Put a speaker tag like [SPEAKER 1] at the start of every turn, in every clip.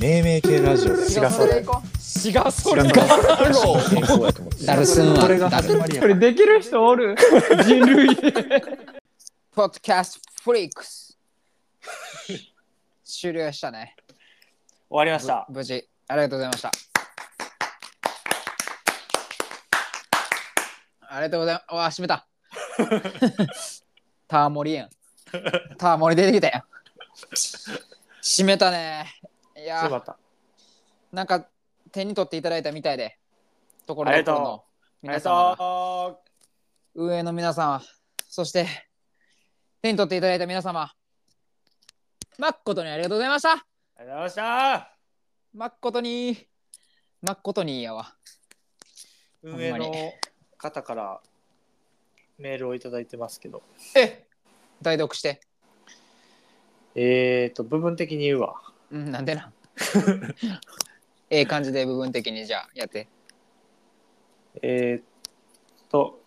[SPEAKER 1] 命名系ラジオだよ
[SPEAKER 2] 違うそれ行こ
[SPEAKER 3] 違うそれ
[SPEAKER 1] 違う
[SPEAKER 3] か
[SPEAKER 1] 健康やと思って
[SPEAKER 4] ダルスンは
[SPEAKER 1] これが
[SPEAKER 4] ダ
[SPEAKER 1] 始
[SPEAKER 4] ル
[SPEAKER 1] まりや
[SPEAKER 5] これできる人おる人類
[SPEAKER 2] うポッドキャストフリックス終了したね
[SPEAKER 3] 終わりました
[SPEAKER 2] ぶ無事ありがとうございましたありがとうございますわあ閉めたターモリやんターモリ出てきたやん閉めたねい
[SPEAKER 3] よか
[SPEAKER 2] や
[SPEAKER 3] った
[SPEAKER 2] なんか手に取っていただいたみたいでところ
[SPEAKER 3] あ
[SPEAKER 2] ど
[SPEAKER 3] り
[SPEAKER 2] ころ
[SPEAKER 3] がとう
[SPEAKER 2] の
[SPEAKER 3] あ
[SPEAKER 2] 皆
[SPEAKER 3] り
[SPEAKER 2] 様
[SPEAKER 3] が
[SPEAKER 2] が
[SPEAKER 3] と
[SPEAKER 2] 運営の皆様そして手に取っていただいた皆様誠にありがとうございました
[SPEAKER 3] うありがとうございました
[SPEAKER 2] 誠に誠にやわんま
[SPEAKER 3] 運
[SPEAKER 2] に
[SPEAKER 3] 営の方からメールをいただいてますけど
[SPEAKER 2] え代読して
[SPEAKER 3] えーと部分的に言うわ
[SPEAKER 2] うんなんで なんええ感じで部分的にじゃあやって
[SPEAKER 3] えーっと、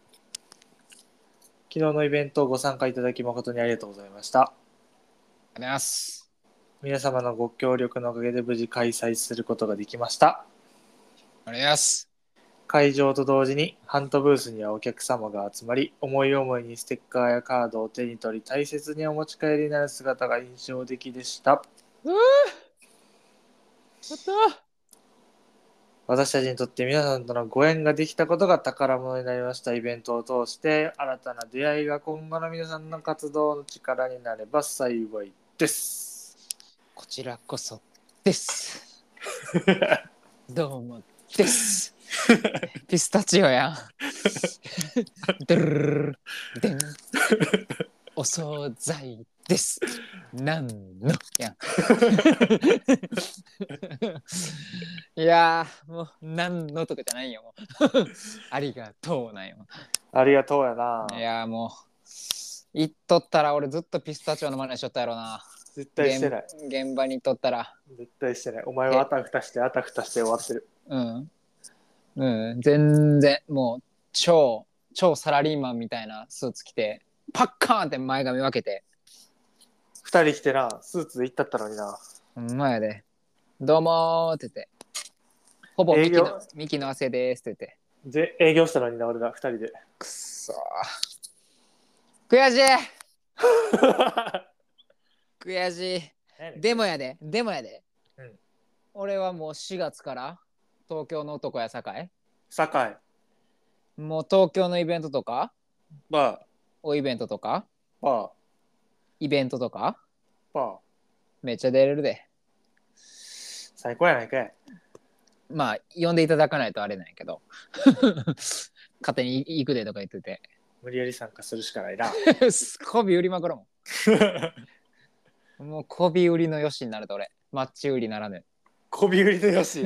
[SPEAKER 3] 昨日のイベントをご参加いただき誠にありがとうございました。
[SPEAKER 2] ありがとうございます
[SPEAKER 3] 皆様のご協力のおかげで無事開催することができました。
[SPEAKER 2] ありがとうございます
[SPEAKER 3] 会場と同時にハントブースにはお客様が集まり、思い思いにステッカーやカードを手に取り、大切にお持ち帰りになる姿が印象的でした。
[SPEAKER 5] やった
[SPEAKER 3] 私たちにとって皆さんとのご縁ができたことが宝物になりましたイベントを通して新たな出会いが今後の皆さんの活動の力になれば幸いです。
[SPEAKER 2] こちらこそですどうもですピスタチオやんドゥルルルルでんお惣菜ですなんのやんいやーもうなんのとかじゃないよもうありがとうなんよ
[SPEAKER 3] ありがとうやない
[SPEAKER 2] やーもう言っとったら俺ずっとピスタチオの真似しとったやろな
[SPEAKER 3] 絶対してない
[SPEAKER 2] 現現場に行っとったら
[SPEAKER 3] 絶対してないお前はあたふたしてあたふたして終わってる
[SPEAKER 2] うん。うん、全然、もう、超、超サラリーマンみたいなスーツ着て、パッカーンって前髪分けて、
[SPEAKER 3] 二人来てなスーツで行ったったのにな
[SPEAKER 2] ほんまやで、どうもーって言って、ほぼミキ
[SPEAKER 3] 営
[SPEAKER 2] の
[SPEAKER 3] 業、
[SPEAKER 2] ミキの汗ですって言って、
[SPEAKER 3] で営業したのにな俺ら二人 で
[SPEAKER 2] くっそー。悔しい悔しい。でもやで、でもやで。
[SPEAKER 3] うん
[SPEAKER 2] 俺はもう4月から、東京の男や堺、
[SPEAKER 3] 酒井
[SPEAKER 2] もう東京のイベントとか、
[SPEAKER 3] バ
[SPEAKER 2] おイベントとか、
[SPEAKER 3] ーバー
[SPEAKER 2] イベントとか、
[SPEAKER 3] バー
[SPEAKER 2] めっちゃ出れるで。
[SPEAKER 3] 最高やないかい
[SPEAKER 2] まあ呼んでいただかないとあれなんやけど 勝手に行くでとか言って て
[SPEAKER 3] 無理やり参加するしかないな
[SPEAKER 2] 媚び売りまくろうもんもう媚び売りのよしになると俺マッチ売りならぬ
[SPEAKER 3] こび売りのよ し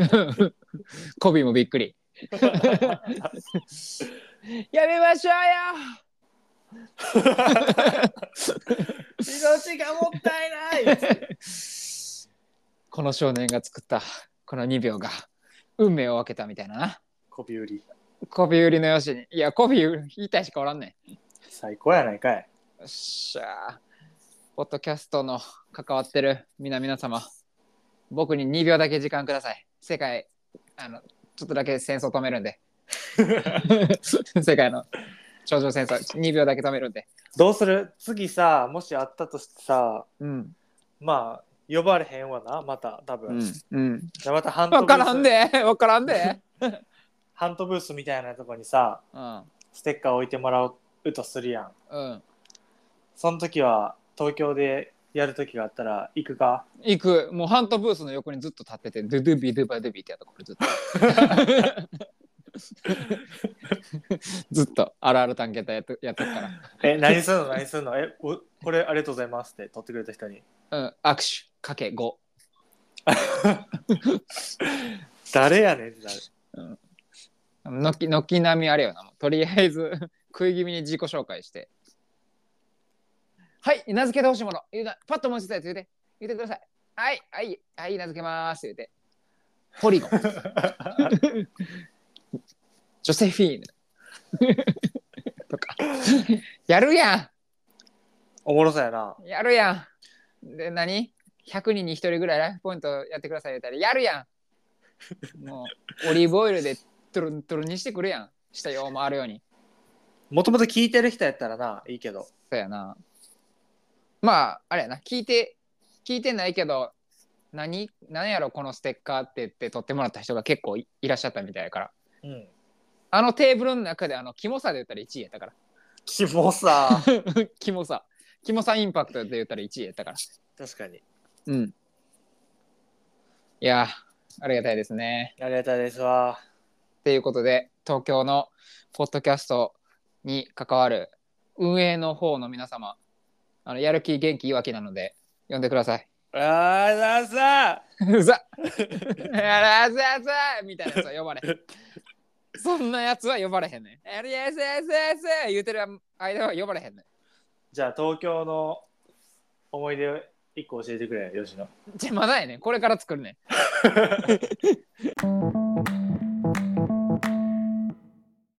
[SPEAKER 2] 媚びもびっくりやめましょ
[SPEAKER 3] 命がもったいな
[SPEAKER 2] よ
[SPEAKER 3] いう
[SPEAKER 2] この少年が作ったこの2秒が運命を分けたみたいなな
[SPEAKER 3] こび売り
[SPEAKER 2] 媚び売りのよしにいや媚び売り言いたいしかおらんねん
[SPEAKER 3] 最高やないかい
[SPEAKER 2] よっしゃー。ポッドキャストの関わってる皆皆様、僕に2秒だけ時間ください。世界、あの、ちょっとだけ戦争止めるん で。世界の頂上戦争、2秒だけ止めるんで。
[SPEAKER 3] どうする次さもしあったとしてさ
[SPEAKER 2] うん。
[SPEAKER 3] まあ呼ばれへんわなまた多分、じ
[SPEAKER 2] うん。
[SPEAKER 3] ゃあまたハント
[SPEAKER 2] わ
[SPEAKER 3] ブ
[SPEAKER 2] からん
[SPEAKER 3] ース
[SPEAKER 2] で、わからんで。
[SPEAKER 3] ハントブースみたいなとこにさ
[SPEAKER 2] うん。
[SPEAKER 3] ステッカー置いてもらうとするやん
[SPEAKER 2] うん。
[SPEAKER 3] その時は東京でやる時があったら行くか
[SPEAKER 2] 行く。もうハントブースの横にずっと立ってて、ドゥドゥビドゥバドゥビってやったこれずっと。ずっと あるある探検隊やっとやっとくから。
[SPEAKER 3] え何すんの何すんのえおこれありがとうございますって取ってくれた人に
[SPEAKER 2] うん、握手かけ5。
[SPEAKER 3] 誰やねんってなる
[SPEAKER 2] のき軒並みあれよな。もうとりあえず 食い気味に自己紹介して。はい、名付けてほしいもの。言うなパッと思いついたやつ言うて。言うてください。はい、はい、はい、名付けます。言うて。ポリゴン。ジョセフィーヌ。 とか。やるや。
[SPEAKER 3] おもろそうやなん
[SPEAKER 2] やるやん。で、何100人に1人ぐらいライフポイントやってください言うたらやるやんもうオリーブオイルでトゥルントゥルンにしてくるやん下よう回るように
[SPEAKER 3] もともと聞いてる人やったらないいけど
[SPEAKER 2] そうやなまああれやな聞いて聞いてないけど何何やろこのステッカーって言って撮ってもらった人が結構いいらっしゃったみたいやから
[SPEAKER 3] うん
[SPEAKER 2] あのテーブルの中であのキモさで言ったら1位やったから
[SPEAKER 3] キ モさ
[SPEAKER 2] キモさキモさインパクトで言ったら1位やったから
[SPEAKER 3] 確かに
[SPEAKER 2] うんいやありがたいですね
[SPEAKER 3] ありがたいですわ
[SPEAKER 2] ということで東京のポッドキャストに関わる運営の方の皆様あのやる気元気いいわけなので呼んでください
[SPEAKER 3] あーださ
[SPEAKER 2] うざやらずやずみたいなやつは呼ばれへんそんなやつは呼ばれへんねんやるやつやつやつ言うてる間は呼ばれへんねん
[SPEAKER 3] じゃあ東京の思い出一個教えてくれよ吉野
[SPEAKER 2] じゃまだやねんこれから作るねん